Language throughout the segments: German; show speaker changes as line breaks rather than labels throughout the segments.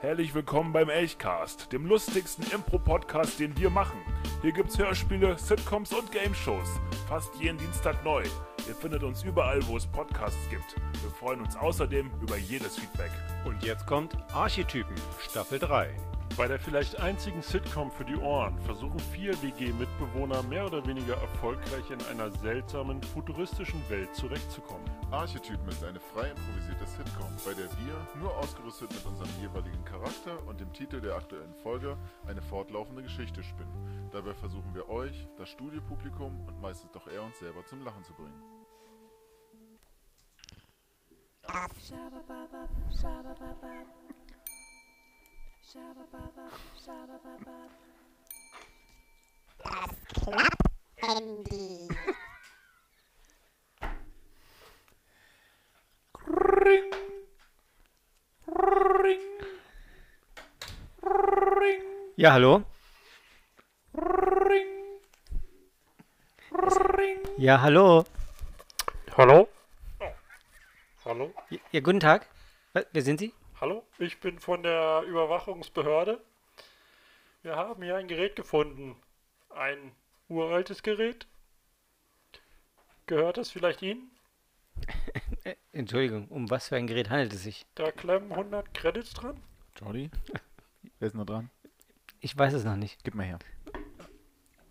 Herzlich willkommen beim Elchcast, dem lustigsten Impro-Podcast, den wir machen. Hier gibt's Hörspiele, Sitcoms und Game-Shows. Fast jeden Dienstag neu. Ihr findet uns überall, wo es Podcasts gibt. Wir freuen uns außerdem über jedes Feedback.
Und jetzt kommt Archetypen, Staffel 3.
Bei der vielleicht einzigen Sitcom für die Ohren versuchen vier WG-Mitbewohner mehr oder weniger erfolgreich in einer seltsamen, futuristischen Welt zurechtzukommen.
Archetypen ist eine frei improvisierte Sitcom, bei der wir, nur ausgerüstet mit unserem jeweiligen Charakter und dem Titel der aktuellen Folge, eine fortlaufende Geschichte spinnen. Dabei versuchen wir euch, das Studiopublikum und meistens doch eher uns selber zum Lachen zu bringen.
Shabba-babba, shabba-babba. Shabba-babba, shabba-babba.
Ja, hallo? Ja, hallo.
Hallo? Hallo?
Ja, guten Tag. Wa- Wer sind Sie?
Hallo? Ich bin von der Überwachungsbehörde. Wir haben hier ein Gerät gefunden. Ein uraltes Gerät. Gehört es vielleicht Ihnen?
Äh, Entschuldigung, um was für ein Gerät handelt es sich?
Da klemmen 100 Credits dran.
Jordi? Wer ist noch dran?
Ich weiß es noch nicht.
Gib mal her.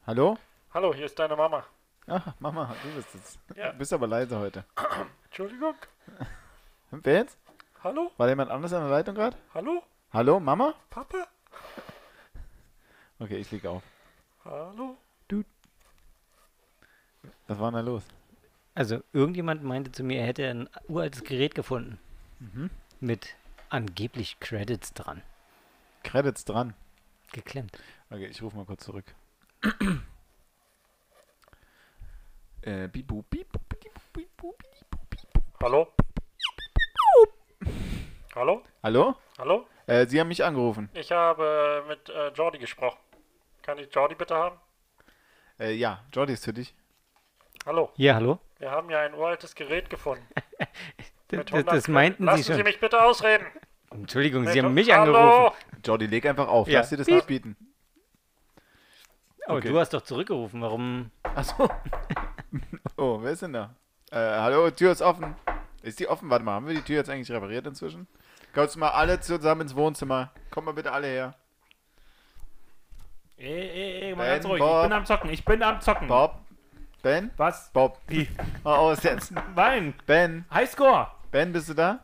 Hallo?
Hallo, hier ist deine Mama.
Ah, Mama, du bist es.
Ja.
Du bist aber leise heute.
Entschuldigung.
Wer jetzt?
Hallo?
War da jemand anders an der Leitung gerade?
Hallo?
Hallo, Mama?
Papa?
Okay, ich leg auf.
Hallo?
Was war denn da los?
Also, irgendjemand meinte zu mir, er hätte ein uraltes Gerät gefunden.
Mhm.
Mit angeblich Credits dran.
Credits dran.
Geklemmt.
Okay, ich rufe mal kurz zurück. äh, bibu, bibu, bibu, bibu, bibu.
Hallo? Hallo?
Hallo?
Hallo?
Äh, Sie haben mich angerufen.
Ich habe mit äh, Jordi gesprochen. Kann ich Jordi bitte haben?
Äh, ja, Jordi ist für dich.
Hallo?
Ja, hallo?
Wir haben hier ein uraltes Gerät gefunden.
Das,
Mit
das,
100
das meinten
Lassen
Sie schon.
Sie mich bitte ausreden.
Entschuldigung,
Mit-
Sie haben mich
Hallo?
angerufen.
Jordi, leg einfach auf.
Ja.
Lass dir das nicht bieten.
Aber
Okay.
du hast doch zurückgerufen. Warum?
Achso. oh, wer ist denn da? Äh, hallo, Tür ist offen. Ist die offen? Warte mal, haben wir die Tür jetzt eigentlich repariert inzwischen? Kommt mal alle zusammen ins Wohnzimmer. Kommt mal bitte alle her.
Ey, ey, ey, mal
Ben,
ganz ruhig.
Bob.
Ich bin am Zocken. Ich bin am Zocken.
Bob. Ben?
Was?
Bob.
Wie?
Mal aus jetzt.
Nein.
Ben.
Highscore.
Ben, bist du da?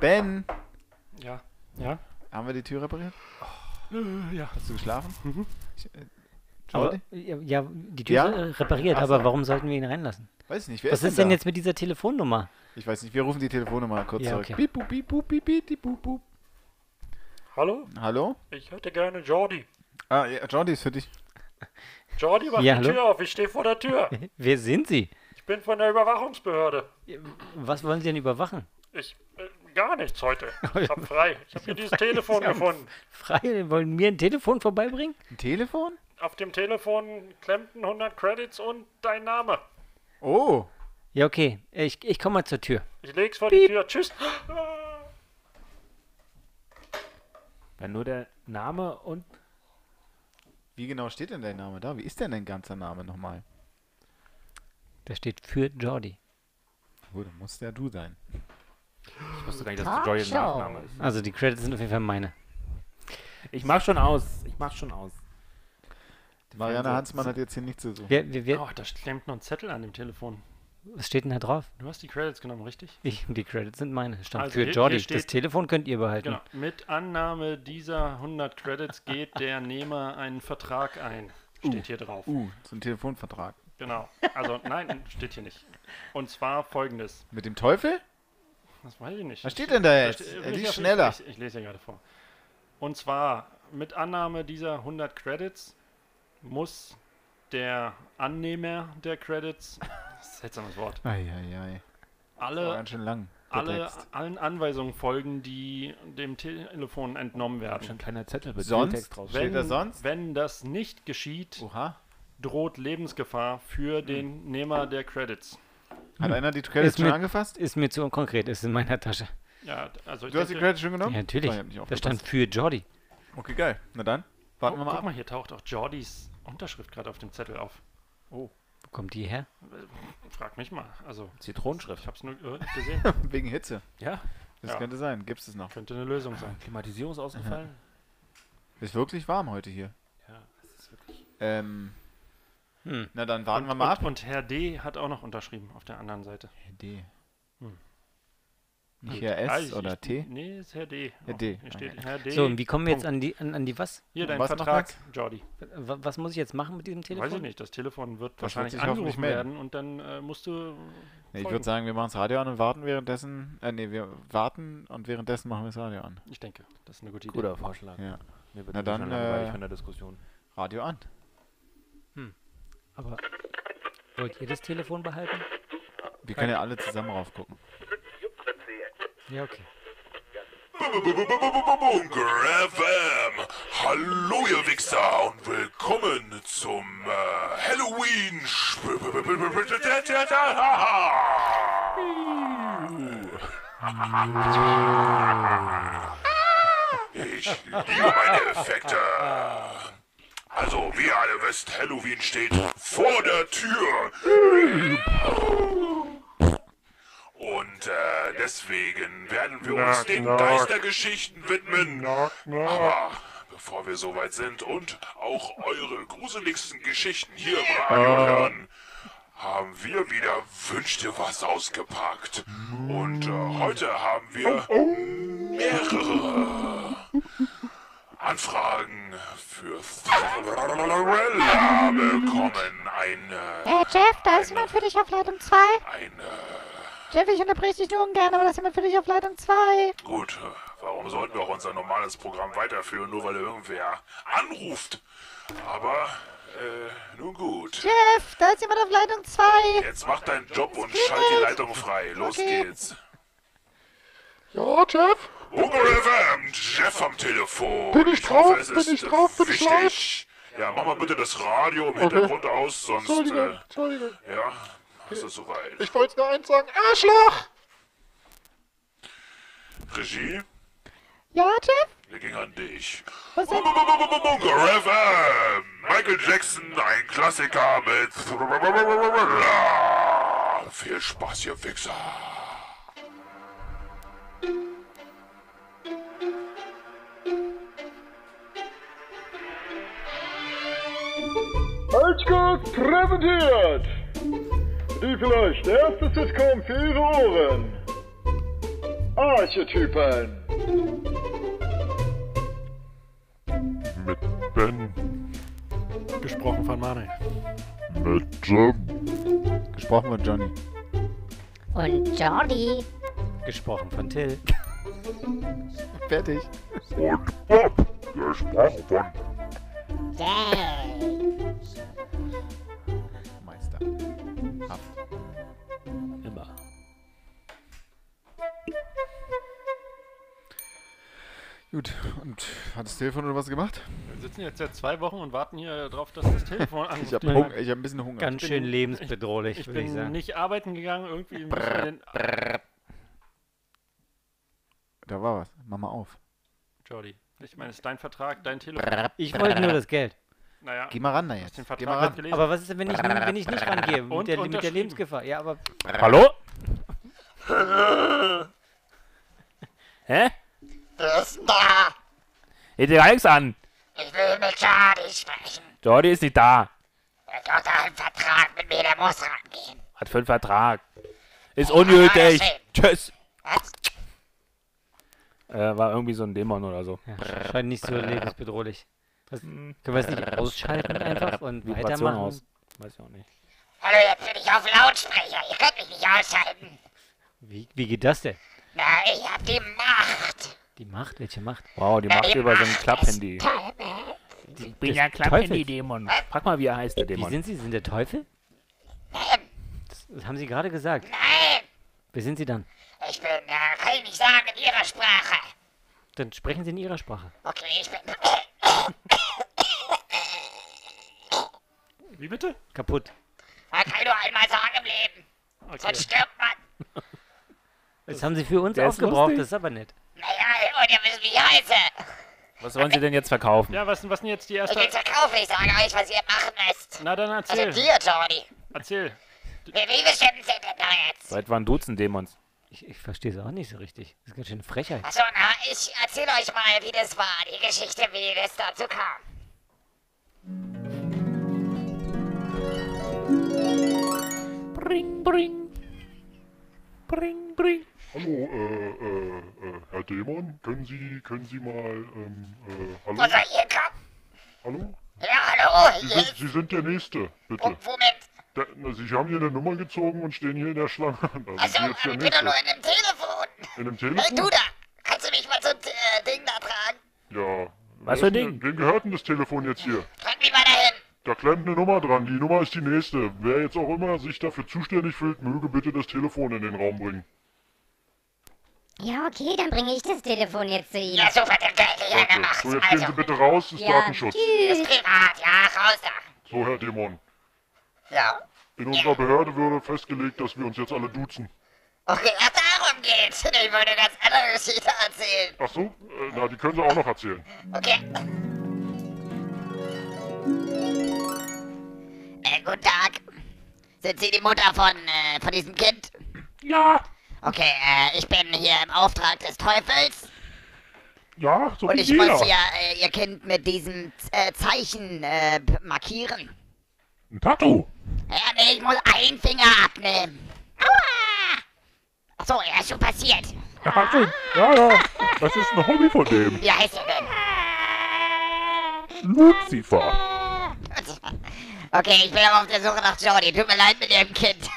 Ben.
Ja. Ja.
Haben wir die Tür repariert?
ja.
Hast du geschlafen? Ich, äh,
Mhm. Aber,
Jordi?
ja, ja, die Tür
Ja?
ist, äh, repariert,
Ach so.
aber warum sollten wir ihn reinlassen?
Weiß ich nicht. Wer
Was ist
da?
denn jetzt mit dieser Telefonnummer?
Ich weiß nicht. Wir rufen die Telefonnummer kurz
Ja,
zurück.
okay.
Piep, bup, piep, bup, piep, piep, piep, bup, bup.
Hallo?
Hallo?
Ich hätte gerne Jordi.
Ah, ja, Jordi ist für dich.
Jordi, mach
Ja,
die
hallo?
Tür auf. Ich stehe vor der Tür.
Wer sind Sie?
Ich bin von der Überwachungsbehörde.
Was wollen Sie denn überwachen?
Ich. Äh, gar nichts heute.
Oh
Ich hab frei. Ich habe hier dieses Telefon
Sie haben-
gefunden.
Frei, wollen mir ein Telefon vorbeibringen?
Ein Telefon?
Auf dem Telefon klemmten 100 Credits und dein Name.
Oh.
Ja, okay. Äh, Ich, ich komme mal zur Tür.
Ich leg's vor die Tür. Tschüss.
Wenn nur der Name und.
Wie genau steht denn dein Name da? Wie ist denn dein ganzer Name nochmal?
Da steht für Jordi.
Gut, dann muss ja du sein.
Ich wusste gar nicht, dass das Joy ein Nachname ist.
Also die Credits sind auf jeden Fall meine.
Ich mach schon aus. Ich mach schon aus.
Marianne
Fernseh-
Hansmann hat jetzt hier nichts zu suchen.
Wer, wer, wer,
Oh, da klemmt noch ein Zettel an dem Telefon.
Was steht denn da drauf?
Du hast die Credits genommen, richtig?
Ich, die Credits sind meine. Stand
Also
für
hier- hier
Jordi.
steht-
Das Telefon könnt ihr behalten.
Genau. Mit Annahme dieser 100 Credits geht der Nehmer einen Vertrag ein. Steht hier drauf.
Uh, so ein Telefonvertrag.
Genau. Also, nein, steht hier nicht. Und zwar folgendes.
Mit dem Teufel?
Das weiß ich nicht.
Was steht denn da
Da
jetzt?
ste-
Äh,
bin ich
Lies
auf-
schneller.
Ich, ich lese ja gerade vor. Und zwar, mit Annahme dieser 100 Credits muss der Annehmer der Credits, seltsames Wort,
Eieiei. Das war
alle,
ganz schön lang. der
alle,
Text.
allen Anweisungen folgen, die dem Telefon entnommen
Schon ein
werden.
kleiner Zettel mit
Sonst?
viel Text drauf.
Steht da sonst?
wenn das nicht geschieht,
Oha. Hm.
droht Lebensgefahr für den Nehmer der Credits.
Hat einer die Credits
Hm.
Ist
schon
mit-
angefasst?
Ist mir zu unkonkret, ist in meiner Tasche.
Ja, also ich
Du hast die
denke-
Credits schon
Ja,
genommen?
natürlich.
Ah, ich hab nicht
Da stand
aufgepasst.
für Jordi.
Okay, geil. Na dann, warten
oh,
wir mal
guck
ab.
mal, hier taucht auch Jordys Unterschrift gerade auf dem Zettel auf.
Oh.
Äh,
Wo kommt die her?
Frag mich mal. Also, ich
Zitronenschrift.
hab's nur äh, gesehen.
Wegen Hitze.
Ja.
Das
Ja.
könnte sein. Gibt's es noch?
Könnte eine Lösung sein.
Klimatisierung ist ausgefallen.
Ist wirklich warm heute hier.
Ja, das ist wirklich.
Ähm.
Hm.
Na dann warten wir
und,
mal
und,
ab.
und Herr D. hat auch noch unterschrieben auf der anderen Seite.
D.
Hm.
Nicht Herr S
Ah, ich-
oder
ich,
T?
Nee, ist Herr D.
Herr
Oh,
D.
Hier steht
Okay.
Herr D.
So, und wie kommen wir jetzt an die, an, an die was?
Hier dein
Was noch
Vertrag, Jordi.
Wa- Was muss ich jetzt machen mit diesem Telefon?
Weiß ich nicht, das Telefon wird
Das wird
wahrscheinlich
sich hoffentlich
angerufen
melden.
werden und dann äh, musst du.
Nee, ich
folgen.
würde sagen, wir machen das Radio an und warten währenddessen. Äh, nee, wir warten und währenddessen machen wir das Radio an.
Ich denke, das ist eine gute Idee.
Guter Vorschlag.
Ja.
Mir wird
Na
Na
dann,
dann, langweilig
äh,
von der Diskussion.
Radio an.
Aber wollt ihr das Telefon behalten?
Wir können ja alle zusammen raufgucken.
Ja, okay.
Bunker FM. Hallo ihr Wichser und willkommen zum äh, Halloween. Ich liebe meine Effekte. Also, wie ihr alle wisst, Halloween steht vor der Tür. Und äh, deswegen werden wir uns den Geistergeschichten widmen. Aber Ah, bevor wir soweit sind und auch eure gruseligsten Geschichten hier im Radio hören, haben wir wieder Wünsch dir was ausgepackt. Und äh, heute haben wir mehrere Anfragen für Thriller bekommen. Ein, äh,
Hey Jeff, da ist jemand für dich auf Leitung 2.
ein äh,
Jeff, ich unterbreche dich nur ungern, aber da ist jemand für dich auf Leitung 2.
Gut, äh, warum sollten wir auch unser normales Programm weiterführen, nur weil irgendwer anruft? Aber, äh, nun gut.
Jeff, da ist jemand auf Leitung 2.
Jetzt mach deinen Job und schalt die Leitung frei. Los
Okay.
geht's.
Ja, Jeff,
Hunger FM, Jeff am Telefon.
Bin ich drauf?
hoffe, es
Bin
ist,
ich
äh,
drauf? Bin ich
wichtig. Ja, mach mal bitte das Radio im Hintergrund aus, sonst,
Entschuldigung,
äh,
Entschuldigung.
ja, ist es soweit.
Ich wollte nur eins sagen. Arschloch!
Regie,
Ja, Jeff?
wir gehen an dich.
Was denn?
Bunker FM, Michael Jackson, ein Klassiker mit Thriller. Viel Spaß, ihr Wichser.
Holzgut präsentiert! Die vielleicht erste Sitcom für Ihre Ohren. Archetypen.
Mit Ben,
Gesprochen von Manuel.
mit Jim,
Gesprochen von Johnny.
Und Jordi.
Gesprochen von Till.
Fertig.
gesprochen von
Yeah.
Meister. Haft.
Immer.
Gut, und hat das Telefon oder was gemacht?
Wir sitzen jetzt seit zwei Wochen und warten hier drauf, dass das Telefon anruft.
Ich habe Hunger. Ich hab ein bisschen Hunger.
Ganz schön lebensbedrohlich,
Ich
würde ich
bin
sagen.
nicht arbeiten gegangen, irgendwie. müssen wir den-
Da war was. Mach mal auf.
Jordi, ich meine, es ist dein Vertrag, dein Telefon.
Ich wollte nur das Geld.
Naja,
Geh mal ran da
hast
jetzt.
den
Geh
Vertrag
mal
gerade
ran.
gelesen.
Aber was ist denn, wenn ich, wenn ich nicht rangehe?
Und
Mit der, mit der
unterschrieben.
Lebensgefahr. Ja, aber
Hallo? Hä? Wer ist denn da? Geht dir gar nichts an.
Ich will mit Jordi sprechen.
Jordi ist nicht da.
Er hat einen Vertrag mit mir, der muss rangehen.
Hat für einen Vertrag. Ist ungültig.
schön.
Tschüss. Äh, war irgendwie so ein Dämon oder so. Äh,
ja, scheint nicht so lebensbedrohlich. Das, können wir es nicht ausschalten einfach und
Vibration
weitermachen?
aus. Weiß ich auch nicht.
Hallo, jetzt bin ich auf Lautsprecher. Ihr könnt mich nicht ausschalten.
Wie, wie geht das denn?
Na, ich hab die Macht.
Die Macht? Welche Macht?
Wow, Oh, die macht über so ein Klapphandy.
ne?
Ich bin ja
Klapphandy-Dämon.
Frag mal, wie er heißt, der
Wie
Dämon.
sind Sie? Sind der Teufel?
Nein,
Das, das haben Sie gerade gesagt.
nein.
Wer sind Sie dann?
Ich bin, äh, kann ich nicht sagen, in Ihrer Sprache.
Dann sprechen Sie in Ihrer Sprache.
Okay, ich bin.
Wie bitte?
Kaputt.
Man kann nur einmal sagen im Leben. Sonst stirbt man.
Das haben sie für uns
der ist
aufgebraucht,
lustig.
das ist aber nett.
Naja, und ihr wisst, wie ich heiße.
Was wollen Sie denn jetzt verkaufen?
Ja, was, was denn jetzt die
Ich
erste...
will's verkaufen, ich sage euch, was ihr machen müsst.
Na dann
Also
erzähl.
dir, Jordi.
Erzähl.
Wie, wie bestimmt sind denn da jetzt?
Seit wann duzen Dämons?
Ich, ich verstehe es auch nicht so richtig. Das ist ganz schön Frechheit.
Achso, na, ich erzähle euch mal, wie das war, die Geschichte, wie das dazu kam.
Bring, bring. Bring, bring.
Hallo, äh, äh, äh, Herr Dämon, können Sie, können Sie mal, ähm, äh, hallo?
Unser Jäger.
Hallo?
Ja, hallo,
Sie
hier
sind,
ist... Oh,
Sie sind der Nächste, bitte.
Womit?
Da, na, Sie haben hier eine Nummer gezogen und stehen hier in der Schlange. Also,
Achso,
Sie jetzt der
aber ich bin doch
Nächste.
nur in dem Telefon.
In dem
Hey,
Telefon?
du da. Kannst du mich mal zum äh, Ding da tragen?
Ja.
Was
Wer
für
ist denn- Wem gehört denn das Telefon jetzt hier?
Trag mich mal dahin.
Da klemmt eine Nummer dran, die Nummer ist die nächste. Wer jetzt auch immer sich dafür zuständig fühlt, möge bitte das Telefon in den Raum bringen.
Ja, okay, dann bringe ich das Telefon jetzt zu Ihnen.
Ja, super, dann geil, ja, dann mach's. Also.
So, jetzt gehen Sie bitte raus, ist
Ja,
Datenschutz.
Das ist privat, ja, raus da.
So, Herr Dämon.
Ja.
In unserer Behörde würde festgelegt, dass wir uns jetzt alle duzen.
Okay, ach, darum geht's. Ich wollte eine ganz andere Geschichte erzählen.
Ach so? Äh, na, die können Sie auch noch erzählen.
Okay. Äh, guten Tag. Sind Sie die Mutter von, äh, von diesem Kind?
Ja.
Okay, äh, ich bin hier im Auftrag des Teufels.
Ja, so
und
wie
ich
jeder.
muss hier äh, Ihr Kind mit diesem äh, Zeichen äh, p- markieren.
Ein Tattoo.
Ja, nee, ich muss einen Finger abnehmen. Aua! Achso, ja, ist schon passiert.
Ja, schön. ja, ja. Das ist ein Hobby von dem.
Wie heißt er denn?
Lucifer.
Okay, ich bin aber auf der Suche nach Jordi. Tut mir leid mit ihrem Kind.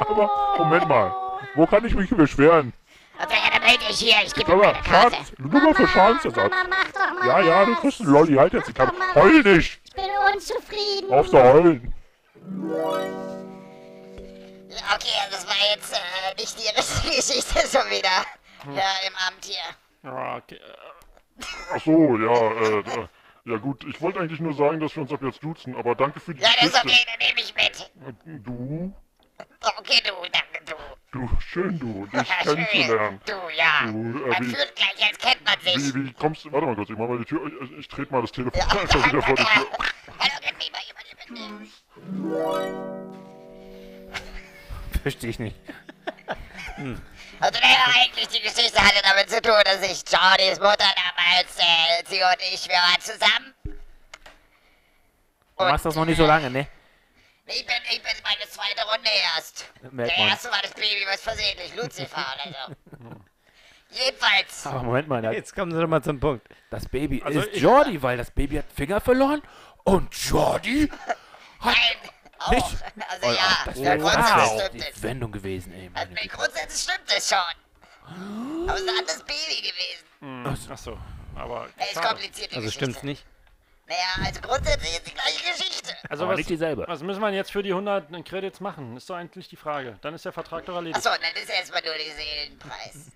Aber, Moment mal. Wo kann ich mich beschweren?
Ah.
Also, ja, dann melde ich hier. Ich gebe ihm
Aber,
meine Karte.
Schatz, Nummer für Schadensersatz.
Mach doch mal
Ja, ja, du kriegst einen Lolli, halt jetzt die Kamera. Heul nicht!
Ich bin unzufrieden.
Auf zu heulen.
Ja, Okay, das war jetzt äh, nicht die richtige Geschichte schon wieder.
Hm.
Ja, im Amt hier.
Ja, okay.
Ach so, ja, äh, da- ja gut, ich wollte eigentlich nur sagen, dass wir uns ab jetzt duzen, aber danke für die
Ja, das ist
Geschichte.
okay, dann nehme ich mit.
Du,
Okay, du, danke, du.
du, schön du, dich
Ja, schön.
kennenzulernen.
Du, ja.
Du, äh,
Man
wie,
fühlt gleich, als kennt man sich.
wie, wie kommst du, warte mal kurz, ich mach mal die Tür, ich, ich trete mal das Telefon einfach wieder vor die Tür.
Hallo, geht mir mal jemand mitnehmen?
Verstehe ich nicht.
Also, naja, eigentlich die Geschichte hatte damit zu tun, dass ich Jordys Mutter damals, äh, sie und ich, wir waren zusammen.
Du machst das noch nicht so lange, ne?
Ich bin, ich bin meine zweite Runde erst.
Merkt
Der
man.
erste war das Baby, was versehentlich Lucifer oder so. Jedenfalls.
Aber Ah, Moment mal,
jetzt kommen Sie doch mal zum Punkt.
Das Baby
Also
ist
ich-
Jordi, weil das Baby hat Finger verloren und Jordi hat
auch.
nicht. Oh,
Also ja,
das
ja,
wäre
grundsätzlich
wow,
stimmt
die
es.
Wendung gewesen, ey.
Also, nee, grundsätzlich stimmt es schon. Aber es ist ein anderes Baby gewesen.
Hm, achso, aber...
Es ist
schade.
kompliziert, die
Also
Geschichte.
stimmt's nicht?
Naja, also grundsätzlich ist die gleiche Geschichte.
Also was, was müssen wir denn jetzt für die 100 Credits machen? Ist doch eigentlich die Frage. Dann ist der Vertrag doch erledigt.
Achso, dann ist erstmal nur der Seelenpreis.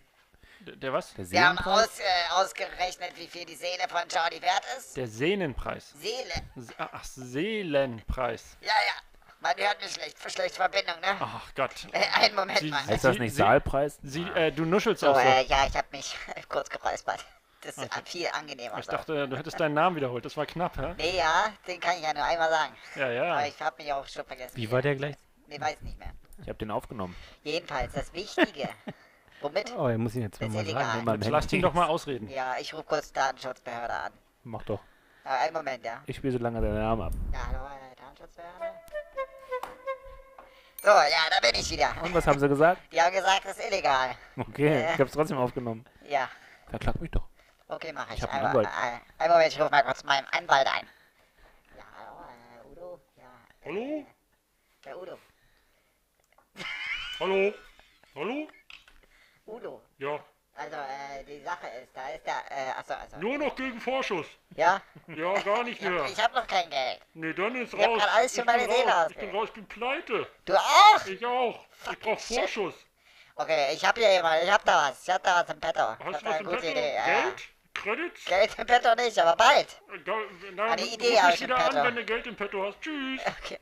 D- Der was?
Wir haben aus, äh, ausgerechnet, wie viel die Seele von Jordi wert ist.
Der Sehnenpreis.
Seele.
Se- Ach, Seelenpreis.
Ja, ja. Man hört mich schlecht. Schlechte Verbindung, ne?
Ach Gott.
Äh, einen Moment mal.
Heißt das nicht
Sie-
Saalpreis?
Sie, äh, du nuschelst
So,
auch so.
äh, ja, ich hab mich kurz geräuspert. Das ist
Okay.
viel angenehmer.
Ich
so.
dachte, du hättest deinen Namen wiederholt. Das war knapp, hä?
Nee, ja, den kann ich ja nur einmal sagen.
Ja, ja.
Aber ich hab mich auch schon vergessen.
Wie war der gleich?
Nee, weiß nicht mehr.
Ich habe den aufgenommen.
Jedenfalls, das Wichtige. Womit?
Oh, er muss ihn jetzt
Ist
nochmal
ja
sagen.
egal.
wenn man am
Jetzt
Handy
lasst ihn doch
ist.
mal ausreden.
Ja, ich rufe kurz Datenschutzbehörde an.
Mach doch.
Äh, einen Moment, ja.
Ich spiele so lange deinen Namen ab.
Ja, hallo, äh, Datenschutzbehörde. So, ja, da bin ich wieder.
Und was haben sie gesagt?
Die haben gesagt, das ist illegal.
Okay,
Äh.
ich hab's trotzdem aufgenommen.
Ja,
Verklag mich doch.
okay, mache ich.
Ich hab einen
Einmal-
Anwalt.
Ein, einen Moment, ich rufe mal kurz meinen Anwalt ein. Ja, hallo, äh, Udo. Ja,
Hallo?
der Udo.
Hallo? Hallo?
Udo.
Ja.
Also, äh, die Sache ist, da ist der, äh, achso, also.
Nur noch gegen Vorschuss.
Ja?
Ja, gar nicht
Ich hab,
mehr.
ich hab noch kein Geld.
Nee, dann ist
Ich hab
raus.
grad alles für
ich bin
meine Seele
raus. Ich
ausgegeben.
bin raus, ich bin pleite.
Du auch?
Ich auch. Ich brauch
shit.
Vorschuss.
Okay, ich hab hier jemand, ich hab da was, ich hab da was im Petto. ich hab
Hast
da
du was
eine
im
gute
Petto?
Idee. ja.
Geld? Credits?
Geld im Petto nicht, aber bald.
Da, na,
Eine
ruf
Idee hab ich
mich
im
wieder an,
Petto.
wenn du Geld im Petto hast. Tschüss.
Okay.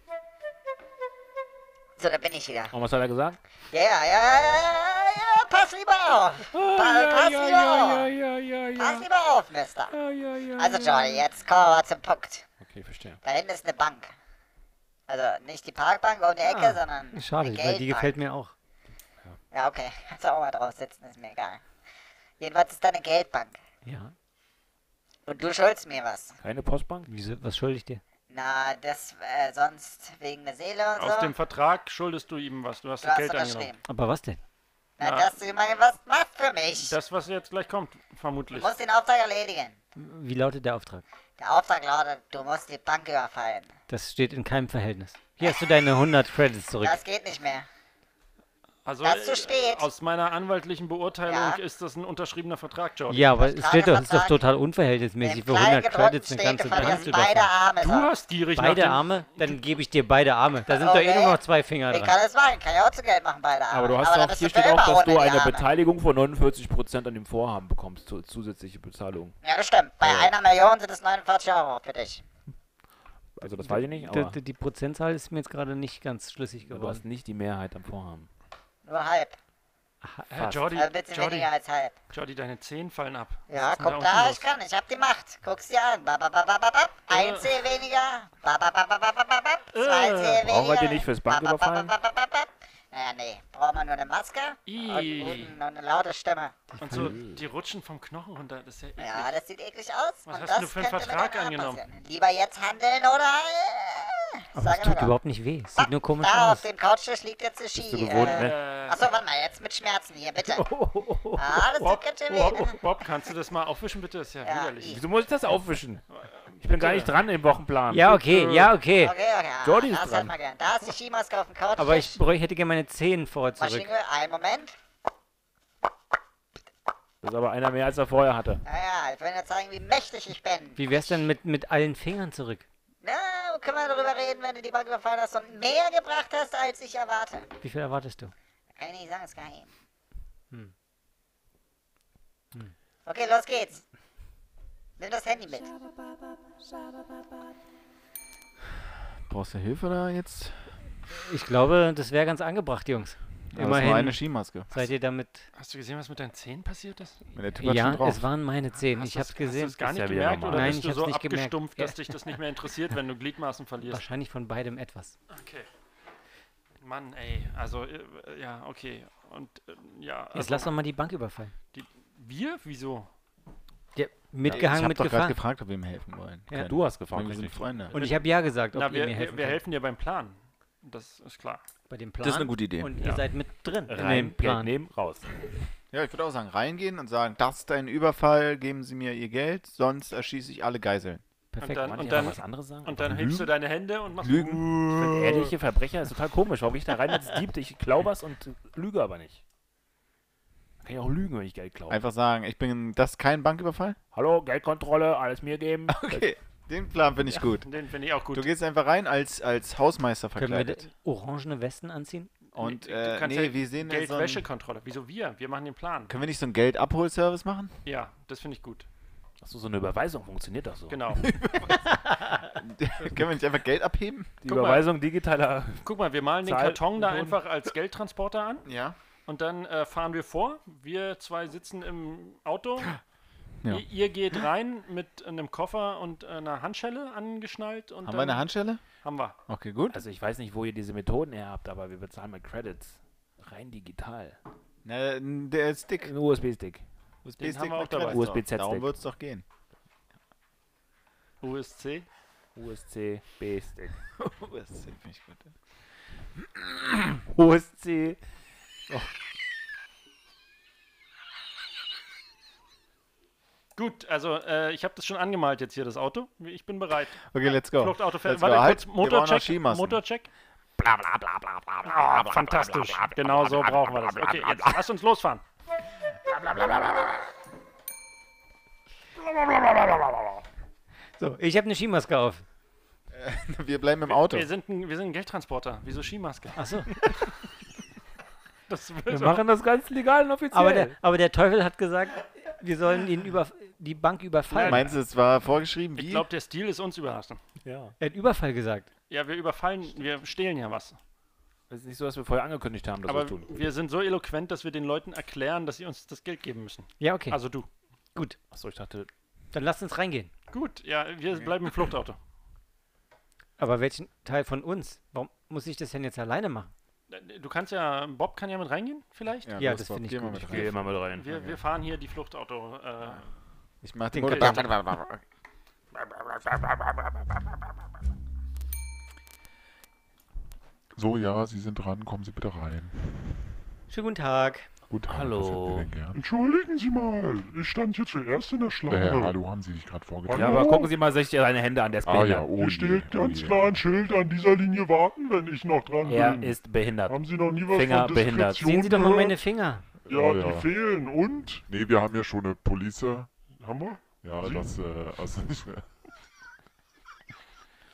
So, da bin ich wieder.
Und was hat er gesagt?
Ja, ja, ja, ja, ja, ja, ja, pass lieber auf. Pa
Ah, ja,
pass
ja,
lieber
ja,
auf.
ja, ja, Ah, ja.
Pass lieber auf, Mister. also, Johnny, jetzt kommen wir mal zum Punkt.
Okay, verstehe.
Da hinten ist eine Bank. Also nicht die Parkbank um die Ecke, sondern.
Ah, Schade,
eine
weil die
Geldbank.
gefällt mir auch.
Ja, okay. Kannst du auch mal drauf sitzen, ist mir egal. Jedenfalls ist da eine Geldbank.
Ja.
Und du schuldest mir was.
Keine Postbank?
Wieso, was schulde ich dir?
Na, das äh, sonst wegen der Seele und
Aus
so.
dem Vertrag schuldest du ihm was. Du hast
Äh, Du
das
hast
Geld
unterschrieben.
angenommen.
Aber was denn?
Na,
Na,
dass du mal was machst für mich.
das, was jetzt gleich kommt,
Du
vermutlich.
musst den Auftrag erledigen.
Wie lautet der Auftrag?
Der Auftrag lautet, du musst die Bank überfallen.
Das steht in keinem Verhältnis. Hier hast du deine 100 Credits zurück.
Das geht nicht mehr.
Also,
Das ist zu
äh,
spät.
Aus meiner anwaltlichen Beurteilung
Ja.
ist das ein unterschriebener Vertrag, Jordi.
Ja, aber es steht doch, es ist doch total unverhältnismäßig, für 100 Credits eine ganze Bank zu überfahren.
Du hast gierig nach
Beide
dem-
Arme? Dann gebe ich dir beide Arme. Da sind doch eh
Okay.
nur noch zwei Finger
Oh, Ich kann
dran.
das machen, kann ja auch zu Geld machen bei der
Aber du hast
dann
auch,
bist
hier
für
steht auch,
immer
dass
ohne
du
die
eine
Arme.
Beteiligung von 49% an dem Vorhaben bekommst, zu, zusätzliche Bezahlung.
Ja, das stimmt. Bei einer Million sind es 49 Euro für dich.
Also das weiß ich nicht,
Die,
aber
die, die Prozentzahl ist mir jetzt gerade nicht ganz schlüssig
du hast
geworden.
nicht die Mehrheit am Vorhaben.
Nur halb.
Äh, Jordi,
Ein bisschen
Jordi,
weniger als halb.
Jordi, deine Zehen fallen ab. Was
Ja,
ist denn
guck
da unten
da,
los? Äh.
ich kann, ich hab die Macht. Guck's dir an. Ba, ba, ba, ba, ba, ba. Ein Zeh weniger. Ba, ba, ba, ba, ba, ba, ba, ba. Zwei
Äh. Brauchen
Zeh
wir
weniger.
die nicht fürs Banküberfallen?
Ba, ba, ba, ba, ba, ba. Naja, nee. Brauchen wir nur eine Maske und,
Ih.
und, und eine laute Stimme.
Und so, die rutschen vom Knochen runter. Das ist ja eklig.
Ja, das sieht eklig aus.
Was
und
hast
das
denn du für einen
könnte mit
Vertrag
einer
angenommen?
passieren. Lieber jetzt handeln oder... äh,
Aber es
Sag
tut
mal. Ah,
überhaupt nicht weh. Es sieht nur komisch
Da, auf
aus.
dem Couchtisch liegt jetzt eine Ski.
du gewohnt,
äh,
ne?
Achso, warte mal, jetzt mit Schmerzen hier, bitte. Ah, das tut
Bob,
ganz schön weh.
Bob, Bob, kannst du das mal aufwischen, bitte? Das ist ja,
Ja,
widerlich.
Wieso muss ich das aufwischen? Ich bin gar nicht dran im Wochenplan.
Ja, okay, ja, okay.
Okay, okay. ah,
Jordi ist
das hat
dran.
man gern. Da ist die Skimaske auf dem Couchtisch.
Aber ich bräuch- hätte gerne meine Zehen vorher zurück.
Maschinengewör, einen Moment.
Das ist aber einer mehr, als er vorher hatte.
Naja, ich will nur zeigen, wie mächtig ich bin.
Wie wär's denn mit, mit allen Fingern zurück?
Na, können wir darüber reden, wenn du die Bank überfallen hast und mehr gebracht hast, als ich erwarte.
Wie viel erwartest du?
Kann ich nicht sagen, ist geheim.
Hm.
Hm.
Okay, los geht's. Nimm das Handy mit.
Brauchst du Hilfe da jetzt?
Ich glaube, das wäre ganz angebracht, Jungs.
Aber es war eine Skimaske.
Seid ihr damit.
Hast du gesehen, was mit deinen Zehen passiert ist?
Ja, es waren meine Zehen.
Hast
Ich
du's-
hab's gesehen.
Hast du gar
Ist
nicht
ja wieder
gemerkt
normal.
oder
Nein,
bist
ich
du
hab's
so
nicht gemerkt.
abgestumpft,
Ja.
dass dich das nicht mehr interessiert, wenn du Gliedmaßen verlierst?
Wahrscheinlich von beidem etwas.
Okay. Mann, ey. Also, äh, ja, okay. Und, äh, ja.
Jetzt
also-
lass doch mal die Bank überfallen.
Die, wir? Wieso?
Ja, mitgehangen,
ich hab doch gerade
mitgefahren.
gefragt, ob wir ihm helfen wollen.
Ja.
können.
Du hast gefragt,
Weil Wir sind
richtig.
Freunde.
Und ich habe ja gesagt, ob
Na,
ihr
wir,
mir helfen
wir, wir
könnt.
helfen dir beim Plan. Das ist klar.
Bei dem
Das ist eine gute Idee.
Und
Ja.
ihr seid mit drin. in
Rein,
dem Plan.
Geld nehmen, raus.
Ja, ich würde auch sagen, reingehen und sagen, das ist ein Überfall, geben Sie mir Ihr Geld, sonst erschieße ich alle Geiseln.
Perfekt.
Und dann,
Mann,
und
ja,
dann,
was anderes sagen?
Und dann hebst du deine Hände und machst
Ich bin ehrliche Verbrecher, ist total komisch. Warum bin ich da rein als Dieb? Ich klau was und lüge aber nicht. Kann ich auch lügen, wenn ich Geld klaue.
Einfach sagen, ich bin, das ist kein Banküberfall?
Hallo, Geldkontrolle, alles mir geben.
Okay, den Plan finde ich gut.
Den finde ich auch gut.
Du gehst einfach rein als, als Hausmeister
Können wir
verkleidet.
d- orangene Westen anziehen?
Und,
Du
äh,
kannst
nee,
ja
wir sehen ja so ein,
Geldwäschekontrolle. Wieso wir? Wir machen den Plan.
Können wir nicht so einen Geldabholservice machen?
Ja, das finde ich gut.
Achso, so eine Überweisung funktioniert doch so.
Genau.
können wir nicht einfach Geld abheben?
Die
Guck mal.
Überweisung digitaler.
Guck mal, wir malen den
Zahl-
Karton da
Methoden.
einfach als Geldtransporter an.
Ja.
Und dann äh, fahren wir vor. Wir zwei sitzen im Auto.
Ja.
Ihr, ihr geht rein mit einem Koffer und einer Handschelle angeschnallt. Und
Haben
dann
wir eine Handschelle?
Haben wir.
Okay, gut.
Also ich weiß nicht, wo ihr diese Methoden her habt, aber wir bezahlen mit Credits. Rein digital.
Na, der Stick.
Ein USB-Stick.
USB-Stick
haben wir auch
mit Credits
dabei.
drauf.
USB-Z-Stick.
Darum wird es doch gehen.
USC.
USC, B-Stick.
USB finde ich gut.
USC. Oh,
Gut, also äh, ich habe das schon angemalt jetzt hier, das Auto. Ich bin bereit.
Okay, let's go.
Fluchtauto fährt.
Let's go.
Warte kurz,
Halt, wir brauchen noch
Motorcheck.
Skimassen.
Motorcheck. Bla bla bla bla bla bla. Ah, fantastisch. Genau so brauchen wir das. Okay, jetzt lass uns losfahren.
So, ich habe eine Skimaske auf.
Äh, wir bleiben im Auto.
Wir sind ein, wir sind ein Geldtransporter. Wieso Skimaske?
Achso.
Das
wir machen das ganz legal und offiziell.
Aber der, aber der Teufel hat gesagt, wir sollen ihn über, die Bank überfallen.
Meinst du, es war vorgeschrieben
Ich
wie?
glaube, der Stil ist uns überlassen.
ja.
Er hat Überfall gesagt.
Ja, wir überfallen, wir stehlen ja was.
Es ist nicht so, dass wir vorher angekündigt haben, dass wir
Aber
es tun.
wir sind so eloquent, dass wir den Leuten erklären, dass sie uns das Geld geben müssen.
Ja, okay.
Also du.
Gut.
Achso, ich dachte.
Dann lasst uns reingehen.
Gut, ja, wir bleiben im Fluchtauto.
Aber welchen Teil von uns? Warum muss ich das denn jetzt alleine machen?
Du kannst ja, Bob kann ja mit reingehen, vielleicht?
Ja, Ja, los, das Bob, finde ich geh mal gut. mit rein. Geh mal mit rein.
Wir, wir fahren hier die Fluchtauto. Äh,
Ich mach den
Modell.
Modell.
So, ja, Sie sind dran, kommen Sie bitte rein.
Schönen guten Tag.
Guten Tag, was hätten Sie denn gern?
Entschuldigen Sie mal, ich stand hier zuerst in der Schlange.
Äh, hallo, haben Sie sich gerade vorgetan?
Ja,
Oh.
aber gucken Sie mal sich seine Hände an, der ist
Ah,
behindert.
ja, oh
Hier steht ganz klar ein Schild an dieser Linie warten, wenn ich noch dran
Er
bin.
ist behindert.
Haben Sie noch nie was
Finger
von
behindert.
Diskretion
Sehen Sie doch mal
gehört?
meine Finger.
Ja,
Oh,
die
ja.
fehlen und?
Nee, wir haben ja schon eine Police.
Haben wir?
Ja,
Sie?
das, äh, also nicht mehr.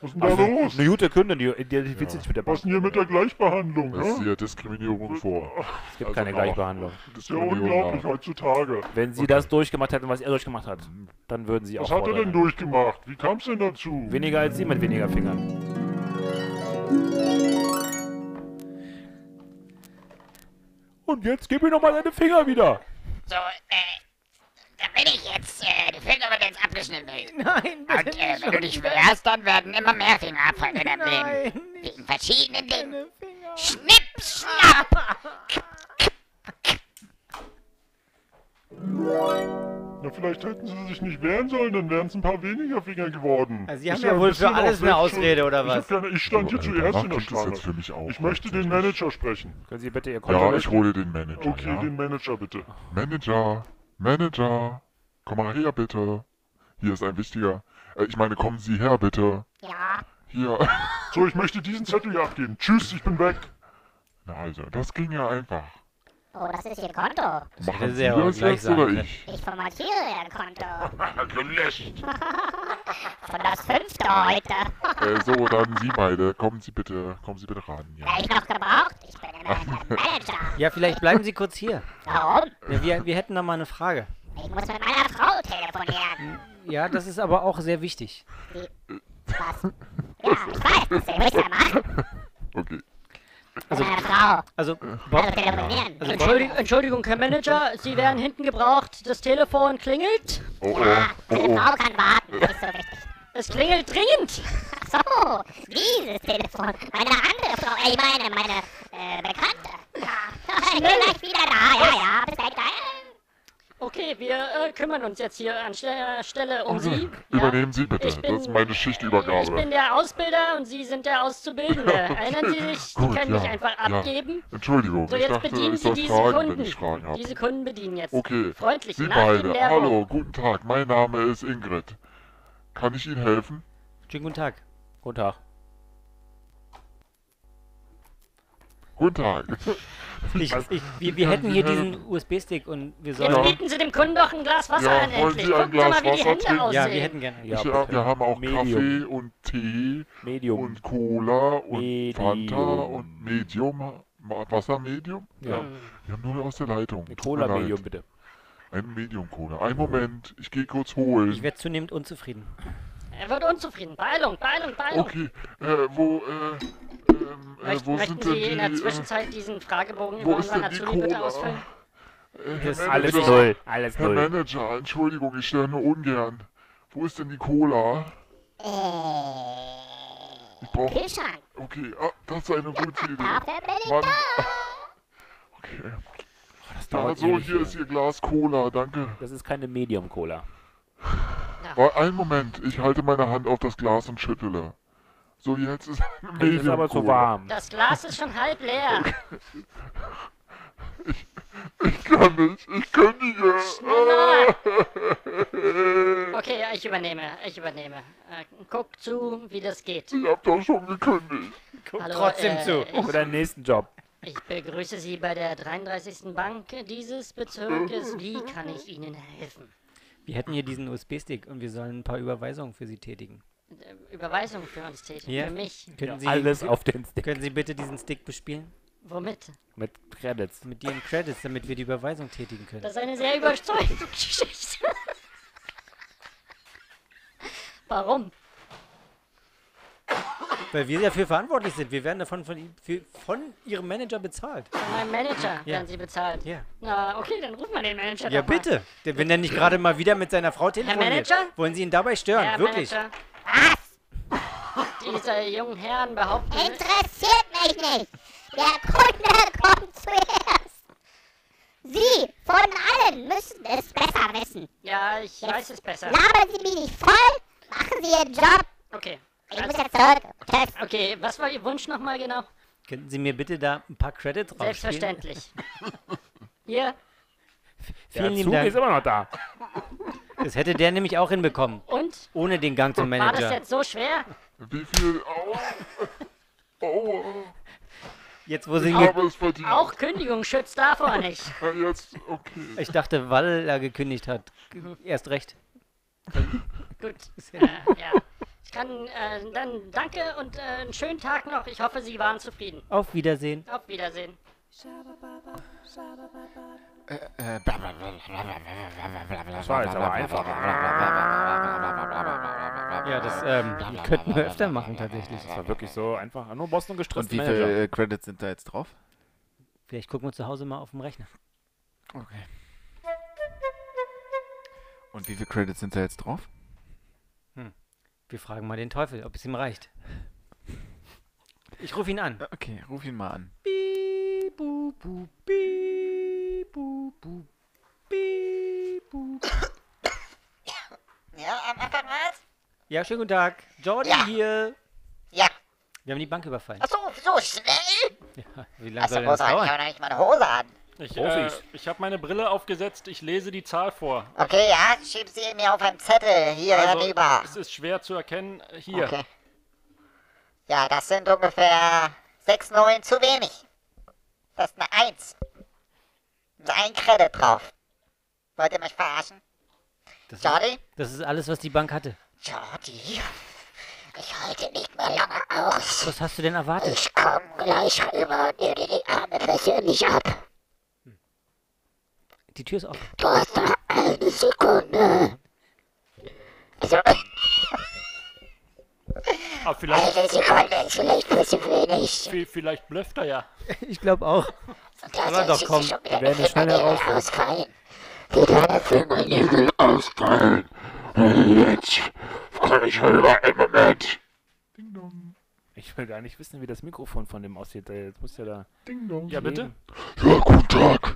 Also,
Was ist denn da
Also,
los?
Eine gute Kundin, die identifiziert sich mit der
Was ist denn hier mit der Gleichbehandlung,
Das ist
hä?
hier Diskriminierung vor.
Es gibt keine Gleichbehandlung.
Das ist ja unglaublich heutzutage.
Wenn Sie das durchgemacht hätten, was er durchgemacht hat, dann würden Sie auch.
Was hat er
fordern.
denn durchgemacht? Wie kam es denn dazu?
Weniger als Sie mit weniger Fingern. Und jetzt gib mir noch mal deine Finger wieder.
So, äh, da bin ich jetzt. Äh, die Finger werden jetzt abgeschnitten.
Nein,
bitte Und äh, wenn du dich bewehrst, dann werden immer mehr Finger abfallen in deinem Leben. Wegen verschiedenen Dingen. Schnipp, schnapp!
Na, vielleicht hätten sie sich nicht wehren sollen, dann wären es ein paar weniger Finger geworden.
Also Sie haben
Ist
ja wohl
ein bisschen
für alles
auch
eine
selbst
Ausrede,
schuld.
oder was?
Ich, hab keine, ich stand
Aber,
hier
äh, danach
zuerst in der
kommt es
Schlange.
jetzt für mich auch,
ich möchte den Manager sprechen.
Können Sie bitte Ihr Konto
Ja, ich
löschen?
hole den Manager.
Okay,
ja?
den Manager bitte.
Manager, Manager, komm mal her bitte. Hier ist ein wichtiger. Äh, ich meine, kommen Sie her bitte.
Ja.
Hier.
So, ich möchte diesen Zettel hier abgeben. Tschüss, ich bin weg.
Na also, das ging ja einfach.
Oh, das ist Ihr Konto.
Machen
hätte
Sie
sie aber
das
gleich
jetzt
sagen
oder
können.
ich?
Ich formatiere Ihr Konto.
Gelöscht.
Von das fünfte heute.
Äh, so, dann Sie beide. Kommen Sie bitte, kommen Sie bitte ran. Ja.
Wäre ich noch gebraucht? Ich bin immer
Ja, vielleicht bleiben Sie kurz hier.
Warum?
Ja, wir, wir hätten da mal eine Frage.
Ich muss mit meiner Frau telefonieren.
Ja, das ist aber auch sehr wichtig.
Die, was? Ja, ich weiß, deswegen muss ich ja machen.
Okay.
Also,
Meine Frau.
also,
Also telefonieren.
Also Entschuldigung, Entschuldigung, Herr Manager, Sie werden hinten gebraucht. Das Telefon klingelt.
Oh,
oh, Meine
Genau,
Frau kann warten, das ist so wichtig.
Es klingelt dringend.
So, dieses Telefon. Meine andere Frau, äh, ich meine, meine äh, Bekannte. Äh, Ja, ich bin gleich wieder da, ja, ja, bis gleich, ja.
Okay, wir äh, kümmern uns jetzt hier an Ste- Stelle um Sie.
Also, Übernehmen Sie bitte.
ich bin-
das ist meine Schichtübergabe.
Ich bin der Ausbilder und Sie sind der Auszubildende. Erinnern Sie sich, Sie
Gut,
können
ja,
mich einfach
ja.
abgeben.
Entschuldigung,
so,
ich
jetzt
dachte,
bedienen
ich
Sie
soll
diese
fragen, wenn
Kunden.
ich Fragen habe.
Diese Kunden bedienen jetzt.
Okay.
Freundlich.
Sie
nach dem
beide.
Lehrbuch.
Hallo, guten Tag. Mein Name ist Ingrid. Kann ich Ihnen helfen?
Schönen guten Tag.
Guten Tag.
Guten Tag.
Ich,
Was-
ich, wir, wir
Kann
hätten
ich
hier
Ihnen
diesen USB-Stick und wir
Jetzt
sollen.
bieten Sie dem Kunden doch ein Glas Wasser
Genau. ja,
an,
wollen
endlich.
Sie ein
Gucken Sie
Glas
mal, wie die
Wasser
Hände
trinken?
aussehen.
Ich, ja, wir haben auch Kaffee und Tee
Medium.
und Cola und Fanta und Medium. Ma- Wassermedium?
Ja.
Wir haben nur aus der Leitung. Tut mir
Cola-Medium,
leid.
bitte.
Ein Medium-Cola. Einen Moment, ich gehe kurz holen.
Ich werde zunehmend unzufrieden.
Er wird unzufrieden. Beeilung, Beeilung, Beeilung.
Okay, äh, wo, äh, ähm, äh,
Möchten,
wo
möchten
sind
Sie in
denn
der
die, äh,
Zwischenzeit diesen Fragebogen
Wo
über
ist
unseren
denn die
Azubi bitte
Cola?
ausfüllen?
Äh,
Das ist
Herr
alles
Manager,
null, alles
Herr
null.
Manager, Entschuldigung, ich störe nur ungern. Wo ist denn die Cola? Ich brauche.
Kühlschrank.
Okay, ah, das ist eine gute Idee.
dafür bin ich
Mann. Okay.
dauert
also,
ewig,
hier ist Ihr Glas Cola, danke.
Das ist keine Medium-Cola.
Wa- Einen Moment, ich halte meine Hand auf das Glas und schüttele. So, jetzt ist eine
Das ist aber zu warm.
Das Glas ist schon halb leer.
Ich kann nicht, ich kündige.
Okay, ja, ich übernehme, ich übernehme. Äh, guck zu, wie das geht.
Ich hab doch schon gekündigt.
Guck
Trotzdem
äh,
zu. Für deinen nächsten Job.
Ich begrüße Sie bei der 33. Bank dieses Bezirkes. Wie kann ich Ihnen helfen?
Wir hätten hier diesen USB-Stick und wir sollen ein paar Überweisungen für Sie tätigen.
Äh, Überweisung für uns tätigen,
Hier,
für mich.
Können Sie, Können Sie bitte diesen Stick bespielen?
Womit?
Mit Credits.
Mit Ihren Credits, damit wir die Überweisung tätigen können.
Das ist eine sehr überzeugende Geschichte. Warum?
Weil wir dafür verantwortlich sind. Wir werden davon von, ihm- für, von Ihrem Manager bezahlt.
Von meinem Manager
Ja.
werden sie bezahlt.
Ja.
Na, okay, dann rufen wir den Manager
Ja,
doch mal.
bitte. Der- Wenn er nicht gerade mal wieder mit seiner Frau telefoniert.
Manager?
Wollen Sie ihn dabei stören?
Herr
Wirklich.
Manager. Diese jungen Herren behaupten...
Interessiert mich nicht. Der Kunde kommt zuerst. Sie von allen müssen es besser wissen.
Ja, ich
Jetzt
weiß es besser.
Labern Sie mich nicht voll, machen Sie Ihren Job.
Okay.
Ich muss jetzt zurück.
Okay, was war Ihr Wunsch nochmal genau?
Könnten Sie mir bitte da ein paar Credits rausspielen?
Selbstverständlich. Hier,
Der
Vielen lieben
Zug
Dank.
ist immer noch da.
Das hätte der nämlich auch hinbekommen.
Und?
Ohne den Gang zum
war das
Manager.
jetzt so schwer?
Wie viel? Au! Au!
Jetzt, wo sie
Auch-
ge-
Auch Kündigung schützt davor nicht.
Jetzt, okay.
Ich dachte, weil er gekündigt hat. G- Erst recht.
Gut. Äh, ja. Ich kann äh, dann danke und äh, einen schönen Tag noch. Ich hoffe, Sie waren zufrieden.
Auf Wiedersehen.
Auf Wiedersehen.
Äh, bla, bla, bla, bla, bla, bla, bla, bla,
Das war jetzt aber einfach.
Ja, das ähm, könnten wir öfter machen tatsächlich.
Das war wirklich so einfach. Nur Boston gestresst.
Und wie viele äh, Credits sind da jetzt drauf?
Vielleicht gucken wir zu Hause mal auf dem Rechner.
Okay. Und wie viele Credits sind da jetzt drauf?
Hm. Wir fragen mal den Teufel, ob es ihm reicht. Ich rufe ihn an.
Okay, ruf ihn mal an.
Ja, am Apparat?
Ja, schönen guten Tag. Jordi hier.
Ja.
Wir haben die Bank überfallen.
Achso, so schnell?
Ja, wie lange
Achso,
soll denn
Hose
das
an. Ich
dauern?
habe noch nicht meine Hose an.
Ich, äh,
Profis.
ich habe meine Brille aufgesetzt, ich lese die Zahl vor. Also
Okay, ja, schieb sie mir auf einen Zettel hier herüber.
Es ist schwer zu erkennen. Äh, Hier.
Okay. Ja, das sind ungefähr sechs Nullen zu wenig. Das ist eine Eins. Und ein Credit drauf. Wollt ihr mich verarschen?
Das-
Jordi?
Das ist alles, was die Bank hatte.
Jordi? Ich halte nicht mehr lange aus.
Was hast du denn erwartet?
Ich ähm, komm gleich rüber und nehme dir die Arme persönlich ab.
Die Tür ist offen.
Du hast noch eine Sekunde. Also,
Aber Ah, vielleicht.
Eine Sekunde ist vielleicht ein bisschen wenig.
Vi- Vielleicht blöfft er ja.
Ich glaube auch.
Soll er doch kommen. Wir
werden es schnell
herausfinden.
Nägel ausfallen. Jetzt kann ich hören im Moment.
Ich will gar nicht wissen, wie das Mikrofon von dem aussieht. Äh, Jetzt muss ja da.
Ding dong.
Ja, bitte?
Ja, guten Tag.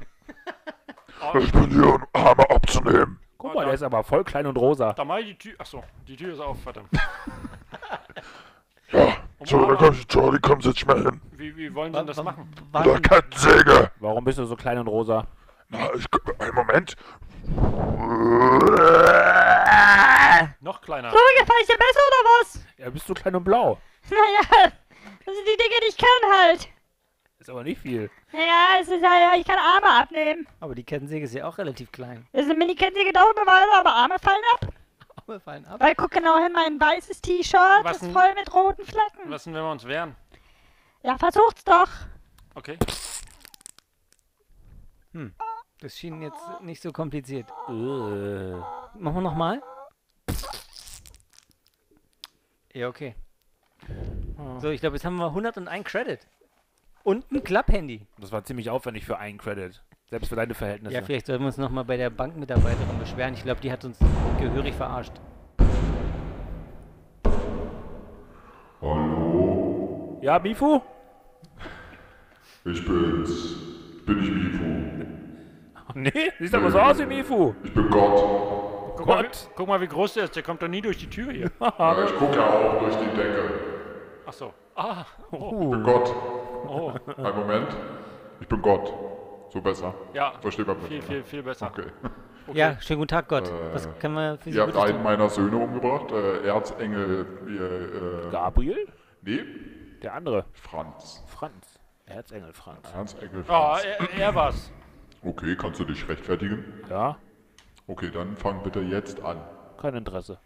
Ich bin hier, um Arme abzunehmen.
Guck mal, der ist aber voll klein und rosa.
Da mach ich die Tür. Achso, die Tür ist auf, verdammt. Um
So, da kann ich, Charlie, komm, setz dich mal hin.
Wie, wie wollen Sie denn das machen?
Da Kettensäge.
Warum bist du so klein und rosa?
Na, ich, einen Moment.
Noch kleiner.
So gefällt dir besser oder was?
Ja, bist du klein und blau.
Naja, das sind die Dinge, die ich kann halt.
Ist aber nicht viel.
Naja, es ist ja, ich kann Arme abnehmen.
Aber die Kettensäge ist ja auch relativ klein.
Das ist eine Mini-Kettensäge, dauert eine Weile, genau aber Arme fallen ab.
Arme fallen ab.
Weil guck genau hin, mein weißes T-Shirt
Was
ist
denn?
voll mit roten Flecken.
Was denn, wenn wir uns wehren?
Ja, versucht's doch.
Okay.
Hm. Das schien jetzt nicht so kompliziert. Machen wir nochmal? Ja, okay.
Ah.
So, ich glaube, jetzt haben wir 101 Credit. Und ein Klapphandy.
Das war ziemlich aufwendig für einen Credit. Selbst für deine Verhältnisse.
Ja, vielleicht sollten wir uns nochmal bei der Bankmitarbeiterin beschweren. Ich glaube, die hat uns gehörig verarscht.
Ja, Bifu?
Ich bin's. Bin ich Mifu?
Nee, siehst aber so aus wie Mifu.
Ich bin Gott.
Guck mal, wie, guck mal, wie groß der ist. Der kommt doch nie durch die Tür hier.
Ja, ich gucke ja auch durch die Decke.
Achso. Ah. Oh.
Ich bin Gott.
Oh.
Einen Moment. Ich bin Gott. So besser.
Ja.
Versteht man
Viel,
besser.
viel, viel besser.
Okay.
Ja, schönen guten Tag, Gott. Was
Äh,
kann man für Sie
Ihr habt
Gutes
einen
tun?
meiner Söhne umgebracht. Äh, Erzengel. Ihr, äh,
Gabriel?
Nee,
Der andere.
Franz.
Franz. Erzengel Franz.
Erzengel
Oh,
Franz.
er, er war's.
Okay, kannst du dich rechtfertigen?
Ja,
Okay, dann fang bitte jetzt an.
kein Interesse.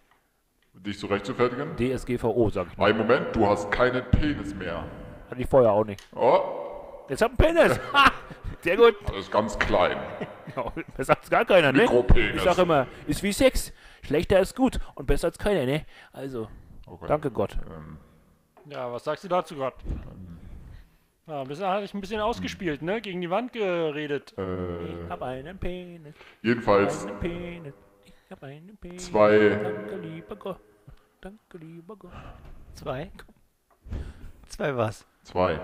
Dich zu rechtfertigen?
DSGVO, sag ich mal.
Einen Moment, du hast keinen Penis mehr.
Hatte ich vorher auch nicht.
Oh,
Jetzt hab ich einen Penis. Ha! Sehr gut.
alles ganz klein.
Ja, besser als gar keiner, ne?
Mikropenis.
Ich sag immer, ist wie Sex. Schlechter ist gut und besser als keiner, ne? Also, danke Gott.
Ähm,
Ja, was sagst du dazu gerade? Ja, ein bisschen, hatte ich ein bisschen ausgespielt, ne? Gegen die Wand geredet.
Äh.
Ich
hab einen Penis.
Jedenfalls.
Ich hab einen Penis. Ich hab einen Penis.
Zwei-
Danke, lieber Gott. Danke, lieber Gott.
Zwei? Zwei was?
Zwei.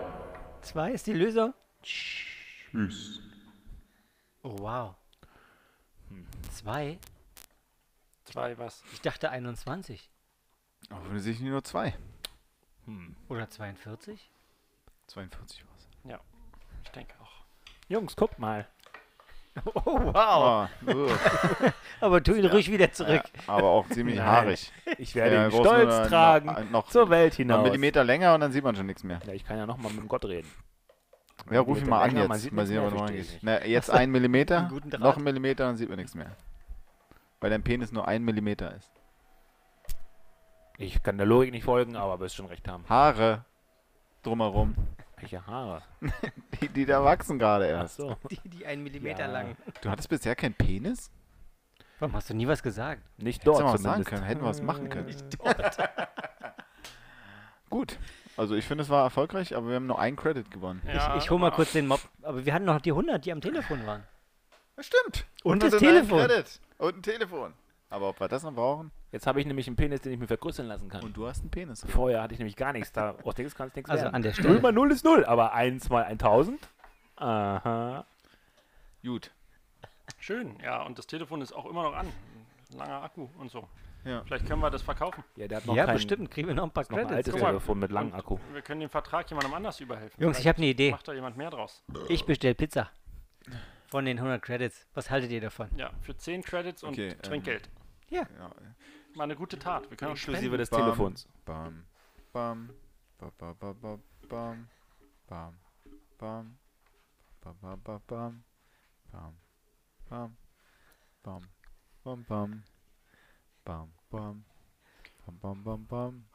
Zwei ist die Lösung?
Tschüss.
Oh, wow. Zwei?
Hm. Zwei was?
Ich dachte 21.
Offensichtlich nur zwei.
Oder 42?
42 war's.
Ja, ich denke auch.
Jungs, guckt mal.
Oh, wow. aber tu ihn ruhig wieder zurück.
Ah, Ja, aber auch ziemlich
Nein.
haarig.
Ich werde
Ja,
ihn
groß
stolz
nur noch-
tragen
noch
zur Welt
noch
hinaus.
Einen Millimeter länger und dann sieht man schon nichts mehr.
Ja, ich kann ja nochmal mit dem Gott reden.
Ja, ruf ihn mal an
Länger,
jetzt.
man sieht
mal
nichts
sehen,
mehr,
ob er noch
verstehe ich
angeht.
nicht.
Na, jetzt
Hast du
ein Millimeter,
einen guten Draht?
noch ein Millimeter, dann sieht man nichts mehr. Weil dein Penis nur ein Millimeter ist.
Ich kann der Logik nicht folgen, aber wirst schon recht haben.
Haare drumherum.
Welche Haare?
Die, die da wachsen gerade
Ach
erst.
so.
Die, die einen Millimeter
Ja.
lang.
Du hattest bisher keinen Penis?
Ah. Warum hast du nie was gesagt?
Nicht
Hättest
dort
du mal was sagen
zumindest.
können, hätten wir was machen können.
Nicht dort.
Gut. Also ich finde, es war erfolgreich, aber wir haben nur einen Credit gewonnen.
Ich, ich hol mal kurz den Mob. Aber wir hatten noch die 100, die am Telefon waren.
Stimmt.
Und
Wir
das
hatten einen
Telefon.
Credit. Und ein Telefon. Aber ob wir das noch brauchen?
Jetzt habe ich nämlich einen Penis, den ich mir vergrößern lassen kann. Und
du hast einen Penis.
Vorher hatte ich nämlich gar nichts. Da aus nichts kann es nichts
Also
werden.
an der
Null
Stelle.
mal null ist null, aber eins mal 1000. Aha.
Gut.
Schön, ja, und das Telefon ist auch immer noch an. Langer Akku und so.
Ja.
Vielleicht können wir das verkaufen.
Ja, der hat noch
Ja,
kein,
bestimmt. Kriegen wir noch ein paar
ist noch ein
Credits.
altes
Guck mal.
Telefon mit langem Akku.
Wir können den Vertrag jemandem anders überhelfen.
Jungs, ich
Vielleicht
habe eine Idee.
Macht da jemand mehr draus?
Ich bestell Pizza. Von den 100 Credits. Was haltet ihr davon?
Ja, für 10 Credits und
Okay, ähm,
Trinkgeld.
Ja.
Mal eine gute Tat. Wir können auch
Inklusive
spenden.
des
Bam,
Telefons.
Bam, bam, ba, ba, ba, ba, bam, bam, bam, ba, ba, ba, bam, bam, bam, bam, bam, bam, bam, bam, bam, bam, bam, bam,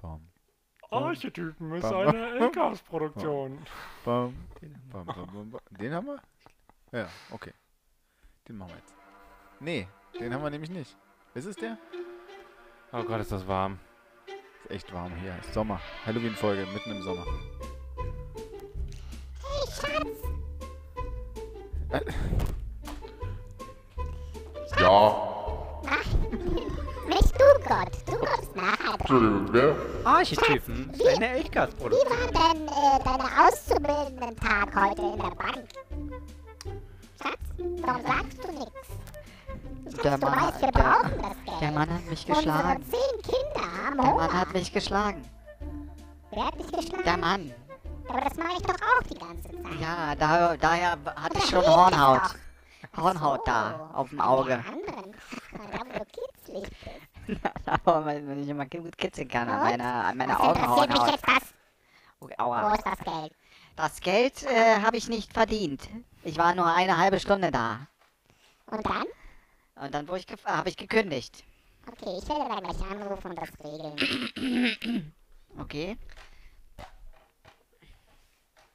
bam.
Archetypen Oh, ist
Bam,
eine
bam,
Eckhaus-Produktion.
Bam, bam, bam, bam, bam. Den haben wir? Ja, okay. Den machen wir jetzt. Nee, den haben wir nämlich nicht. Ist es der?
Oh Gott, ist das warm.
Ist echt warm hier. Ist Sommer. Halloween-Folge, mitten im Sommer.
Hey, Schatz.
Ja,
Nicht du, Gott. Du kommst nachher dran.
Entschuldigung, wer?
Ah, Archetypen. Eine Elchgastproduktion.
Wie war denn äh, deine Auszubildenden-Tag heute in der Bank? Schatz, warum sagst du nichts?
Der
Du
Mann,
weißt, wir
der,
brauchen das Geld.
der Mann hat mich
Unsere
geschlagen.
zehn Kinder haben
Der Mann
Hunger.
hat mich geschlagen.
Wer hat dich geschlagen?
Der Mann.
Aber das mache ich doch auch die ganze Zeit.
Ja, da, daher hatte ich schon
Oder hilft es
Hornhaut. Hornhaut da, auf dem Auge.
anderen. Verdammt, du kitzlig bist.
Aber wenn wenn ich immer gut kitzeln kann an
Und?
meiner, an meiner
Was interessiert mich
Augenhaut. Oh,
jetzt das? Wo
Aua.
ist das Geld?
Das Geld äh, habe ich nicht verdient. Ich war nur eine halbe Stunde da.
Und dann?
Und dann wurde ich gef- habe ich gekündigt.
Okay, ich werde da gleich anrufen und das regeln.
Okay?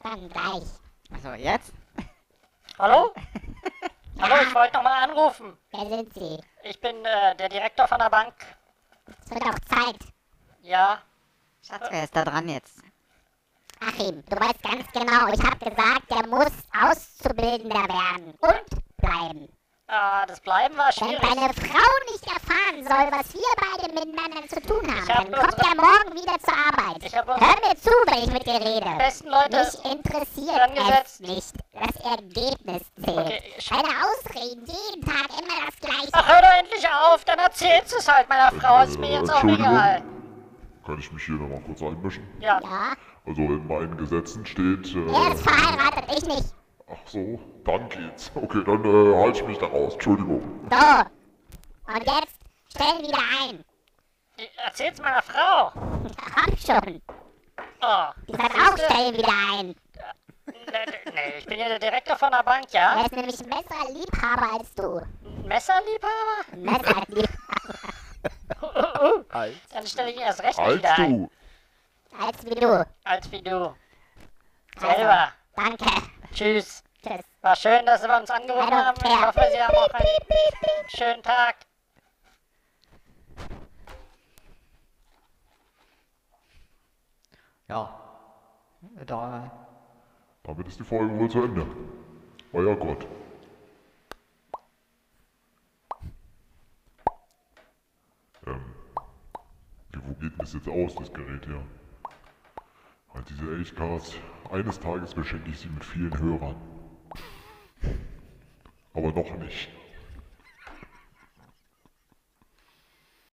dann gleich.
Also jetzt?
Hallo? Hallo, ich wollte nochmal anrufen.
Wer sind Sie?
Ich bin äh, der Direktor von der Bank.
Es wird auch Zeit.
Ja,
Schatz, wer ist da dran jetzt?
Achim, du weißt ganz genau, ich habe gesagt, der muss Auszubildender werden und bleiben.
ah, das bleiben war
Wenn
schwierig.
deine Frau nicht erfahren soll, was wir beide miteinander zu tun haben,
hab
dann kommt er morgen wieder zur Arbeit.
Ich hab
Hör mir zu, wenn ich mit dir rede.
Besten Leute
Mich interessiert es
angesetzt.
nicht. Das Ergebnis zählt.
Okay, ich-
Deine Ausreden, jeden Tag immer das Gleiche.
Ach, hör doch endlich auf, dann erzählst du es halt meiner
Äh,
Frau, ist mir jetzt auch
Entschuldigung.
egal.
Kann ich mich hier nochmal kurz einmischen?
Ja.
Also in meinen Gesetzen steht. Äh,
Er ist verheiratet, ich nicht.
Ach so, dann geht's. Okay, dann äh, halte ich mich da raus. Entschuldigung.
So. Und jetzt stell wieder ein.
Erzähl's meiner Frau.
Komm schon.
Oh.
Die sagt auch, stell wieder ein.
Äh, Nee, nee, ich bin ja der Direktor von der Bank, ja?
Er ist nämlich ein besserer Liebhaber als du.
Messerliebhaber? Messerliebhaber. Dann stelle ich erst recht
Als
wieder ein.
du.
Als wie du.
Als wie du.
Also,
Selber.
Danke.
Tschüss.
Tschüss.
War schön, dass wir uns angerufen
I don't
haben. Ich
care.
hoffe, Sie haben auch einen schönen Tag.
Ja. Da.
Damit ist die Folge wohl zu Ende. Euer Gott. Ähm. wie- Wo geht denn das jetzt aus, das Gerät hier? Halt diese Elchcast. Eines Tages beschenke ich sie mit vielen Hörern. Aber noch nicht.